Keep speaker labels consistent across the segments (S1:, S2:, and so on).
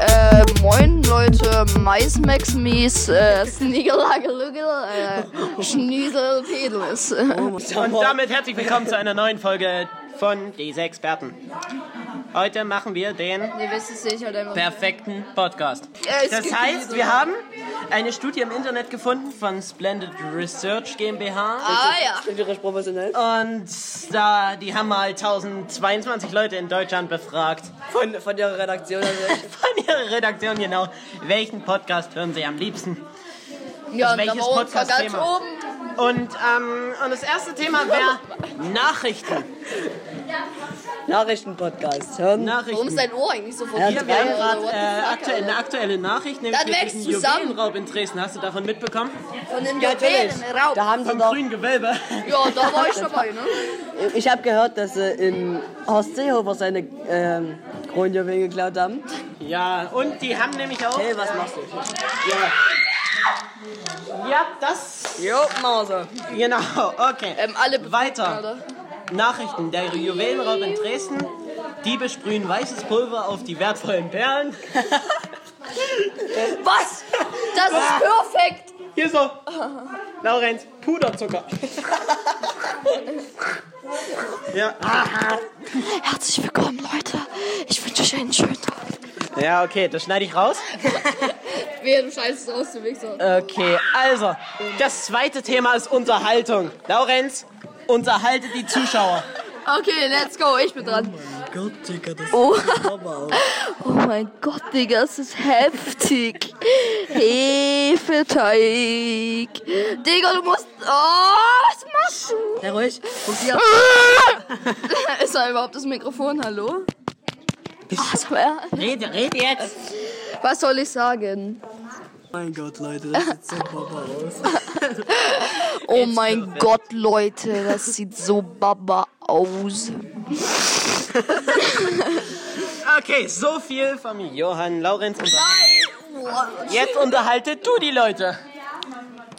S1: Äh, moin Leute, Maismax Mies, äh, Sneakerlagelügel, äh, Schnieselpedels.
S2: Oh Und damit herzlich willkommen zu einer neuen Folge von Diese Experten. Heute machen wir den
S1: Ihr wisst es sicher, der
S2: perfekten Podcast.
S1: Ja, es
S2: Das
S1: gibt
S2: heißt,
S1: diese-
S2: wir haben eine Studie im Internet gefunden von Splendid Research GmbH.
S1: Ah ja.
S3: Natürlich professionell.
S2: Und da, die haben mal 1022 Leute in Deutschland befragt.
S3: Von, von der Redaktion. Also
S2: Von ihrer Redaktion genau. Welchen Podcast hören sie am liebsten?
S1: Ja, und da
S2: Also, welches
S1: war uns mal ganz
S2: Podcast-Thema?
S1: oben.
S2: Und, ähm, und das erste Thema wäre Nachrichten.
S3: Nachrichtenpodcast. Hören.
S1: Warum ist
S2: Nachrichten.
S1: dein Ohr eigentlich so verkehrt?
S2: Hier, wir haben gerade
S1: What the
S2: äh,
S1: fuck,
S2: aktuell, eine
S1: Alter?
S2: aktuelle Nachricht, nämlich
S1: Dann
S2: mit
S1: wächst
S2: diesem
S1: zusammen.
S2: Juwelenraub in Dresden. Hast du davon mitbekommen?
S1: Von den
S3: Ja,
S1: Juwelen
S3: natürlich.
S1: im Raub.
S3: Da haben sie
S2: Vom
S3: doch.
S2: grünen Gewölbe.
S1: Ja, da war ich dabei, ne?
S3: Ich habe gehört, dass sie in Horst Seehofer seine ähm, Kronjuwelen geklaut haben.
S2: Ja, und die haben nämlich auch...
S3: Hey, was machst du?
S2: Ja, das...
S3: Jo, Mause.
S2: Genau, okay.
S1: Ähm, alle
S2: Weiter.
S1: Alter.
S2: Nachrichten. Der Juwelenraub in Dresden. Diebe sprühen weißes Pulver auf die wertvollen Perlen.
S1: Was? Das ist perfekt.
S2: Hier so. Laurenz, Puderzucker. ja. Ah.
S4: Herzlich willkommen, Leute. Ich wünsche euch einen schönen Tag.
S2: ja, okay, das schneide ich raus.
S1: Wer du scheißt es raus, du Wichser.
S2: Okay, also, das zweite Thema ist Unterhaltung. Laurenz, unterhalte die Zuschauer.
S1: Okay, let's go, ich bin dran.
S3: Gott, Digga, das
S1: Oh,
S3: Hammer aus.
S1: oh mein Gott, Digga, es ist heftig. Hefeteig. Digga, du musst. Oh, was machst du?
S3: Herr Ruhig, guck dir.
S1: Ist da überhaupt das Mikrofon? Hallo? Ach, ja.
S2: Rede, rede jetzt.
S1: Was soll ich sagen?
S3: Mein Gott, Leute, das sieht so Hammer aus.
S1: Oh mein Gott, Leute, das sieht so baba aus.
S2: Okay, so viel von Johann Laurenz. Unter jetzt unterhalte du die Leute.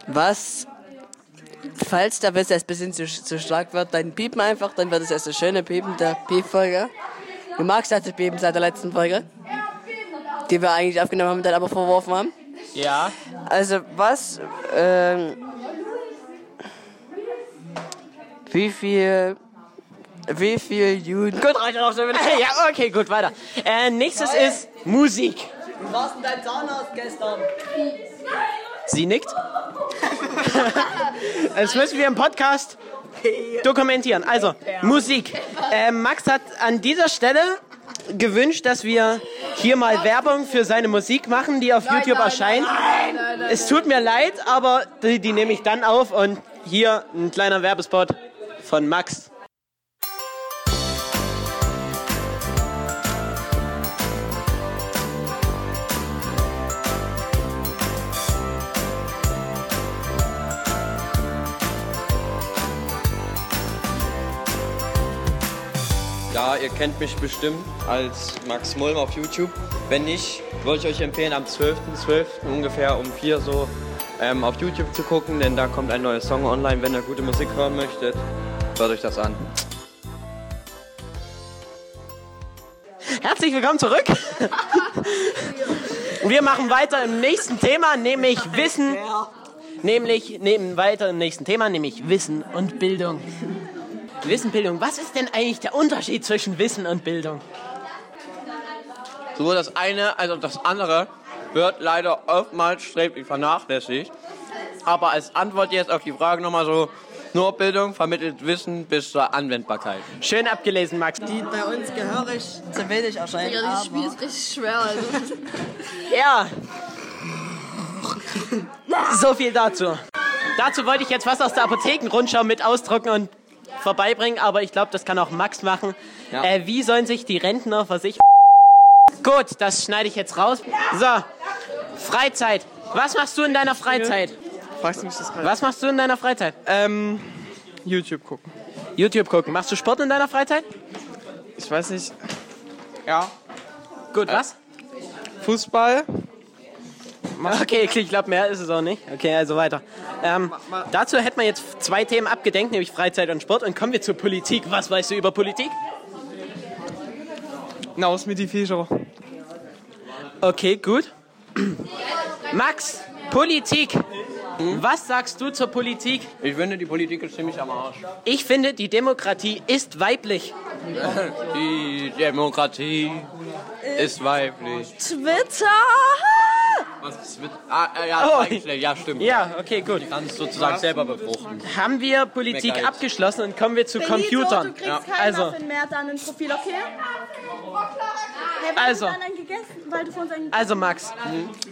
S3: Was? Falls der Witz jetzt ein bisschen zu, zu stark wird, dann piepen einfach, dann wird es erst eine schöne Piepen der Piep-Folge. Du magst das Piepen seit der letzten Folge, die wir eigentlich aufgenommen haben, dann aber verworfen haben.
S2: Ja.
S3: Also was, ähm, wie viel, wie viel Juden...
S2: Gut, reicht dann auch schon wieder. Ja, okay, gut, weiter. Äh, nächstes ist Musik.
S3: Du warst in deinem Zahnarzt gestern.
S2: Sie nickt. das müssen wir im Podcast dokumentieren. Also, Musik. Äh, Max hat an dieser Stelle gewünscht, dass wir hier mal Werbung für seine Musik machen, die auf YouTube
S1: nein,
S2: erscheint.
S1: nein, nein, nein,
S2: es tut mir leid, aber die, die nehme ich dann auf und hier ein kleiner Werbespot von Max.
S5: Ja, ihr kennt mich bestimmt als Max Mulm auf YouTube. Wenn nicht, würde ich euch empfehlen, am 12.12. ungefähr um 4 so ähm, auf YouTube zu gucken, denn da kommt ein neuer Song online. Wenn ihr gute Musik hören möchtet, hört euch das an.
S2: Herzlich willkommen zurück. wir machen weiter im nächsten Thema, nämlich Wissen. Nämlich nehmen weiter im nächsten Thema, nämlich Wissen und Bildung. Wissen, Bildung. Was ist denn eigentlich der Unterschied zwischen Wissen und Bildung?
S5: Sowohl das eine als auch das andere wird leider oftmals sträflich vernachlässigt. Aber als Antwort jetzt auf die Frage nochmal so, nur Bildung vermittelt Wissen bis zur Anwendbarkeit.
S2: Schön abgelesen, Max.
S3: Die bei uns gehörig zu wenig erscheint.
S1: Ja, dieses Spiel ist richtig schwer, also.
S2: Ja. So viel dazu. Dazu wollte ich jetzt was aus der Apothekenrundschau mit ausdrucken und vorbeibringen, aber ich glaube, das kann auch Max machen.
S5: Ja.
S2: Äh, wie sollen sich die Rentner versichern? Gut, das schneide ich jetzt raus. So, Freizeit. Was machst du in deiner Freizeit?
S5: Fragst du mich das gerade?
S2: Was machst du in deiner Freizeit? Äh,
S5: Ähm, YouTube gucken.
S2: YouTube gucken. Machst du Sport in deiner Freizeit?
S5: Ich weiß nicht. Ja,
S2: Gut, was?
S5: Fußball,
S2: Okay, ich glaube, mehr ist es auch nicht. Okay, also weiter. Ähm, dazu hätten wir jetzt zwei Themen abgedenkt, nämlich Freizeit und Sport. Und kommen wir zur Politik. Was weißt du über Politik?
S6: Raus mit die Fischer.
S2: Okay, gut. Max, Politik. Was sagst du zur Politik?
S5: Ich finde, die Politik ist ziemlich am Arsch.
S2: Ich finde, die Demokratie ist weiblich.
S5: Die Demokratie ist weiblich.
S1: Twitter!
S5: Was wird, ah, äh, ja,
S2: Oh.
S5: eigentlich, ja, stimmt.
S2: Ja, okay, gut.
S5: Kannst sozusagen selber befruchten.
S2: Haben wir Politik
S5: Meckert.
S2: abgeschlossen und kommen wir zu Computern.
S7: Du kriegst keinen
S2: Also.
S7: Muffin mehr dann im Profil, okay?
S2: Also,
S7: Dann einen gegessen, weil du von uns einen...
S2: also Max,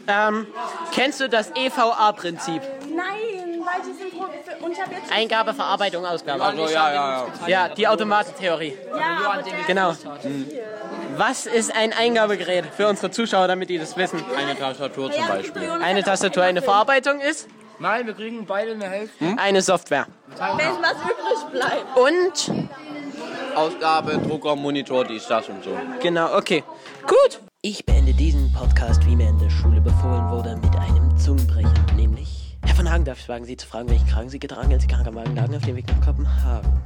S2: ähm, kennst du das E EVA-Prinzip?
S7: Nein, weil die sind... pro- Und ich hab jetzt...
S2: Eingabe, Verarbeitung, Ausgabe.
S5: Also, ja, ja, ja.
S2: Ja, die Automatentheorie.
S7: Ja, aber der...
S2: Genau. Was ist ein Eingabegerät für unsere Zuschauer, damit die das wissen?
S5: Eine Tastatur zum Beispiel.
S2: Eine Tastatur, eine Verarbeitung ist Hm?
S6: Nein, wir kriegen beide eine Hälfte.
S2: eine Software.
S7: Wenn was übrig bleibt.
S2: Und
S5: Ausgabe, Drucker, Monitor, dies, das und so.
S2: Genau, okay. Gut. Ich beende diesen Podcast, wie mir in der Schule befohlen wurde, mit einem Zungenbrecher, nämlich... Herr von Hagen, darf ich wagen, Sie zu fragen, welchen Kragen Sie getragen, als Sie krank am Magen lagen, auf dem Weg nach Kopenhagen?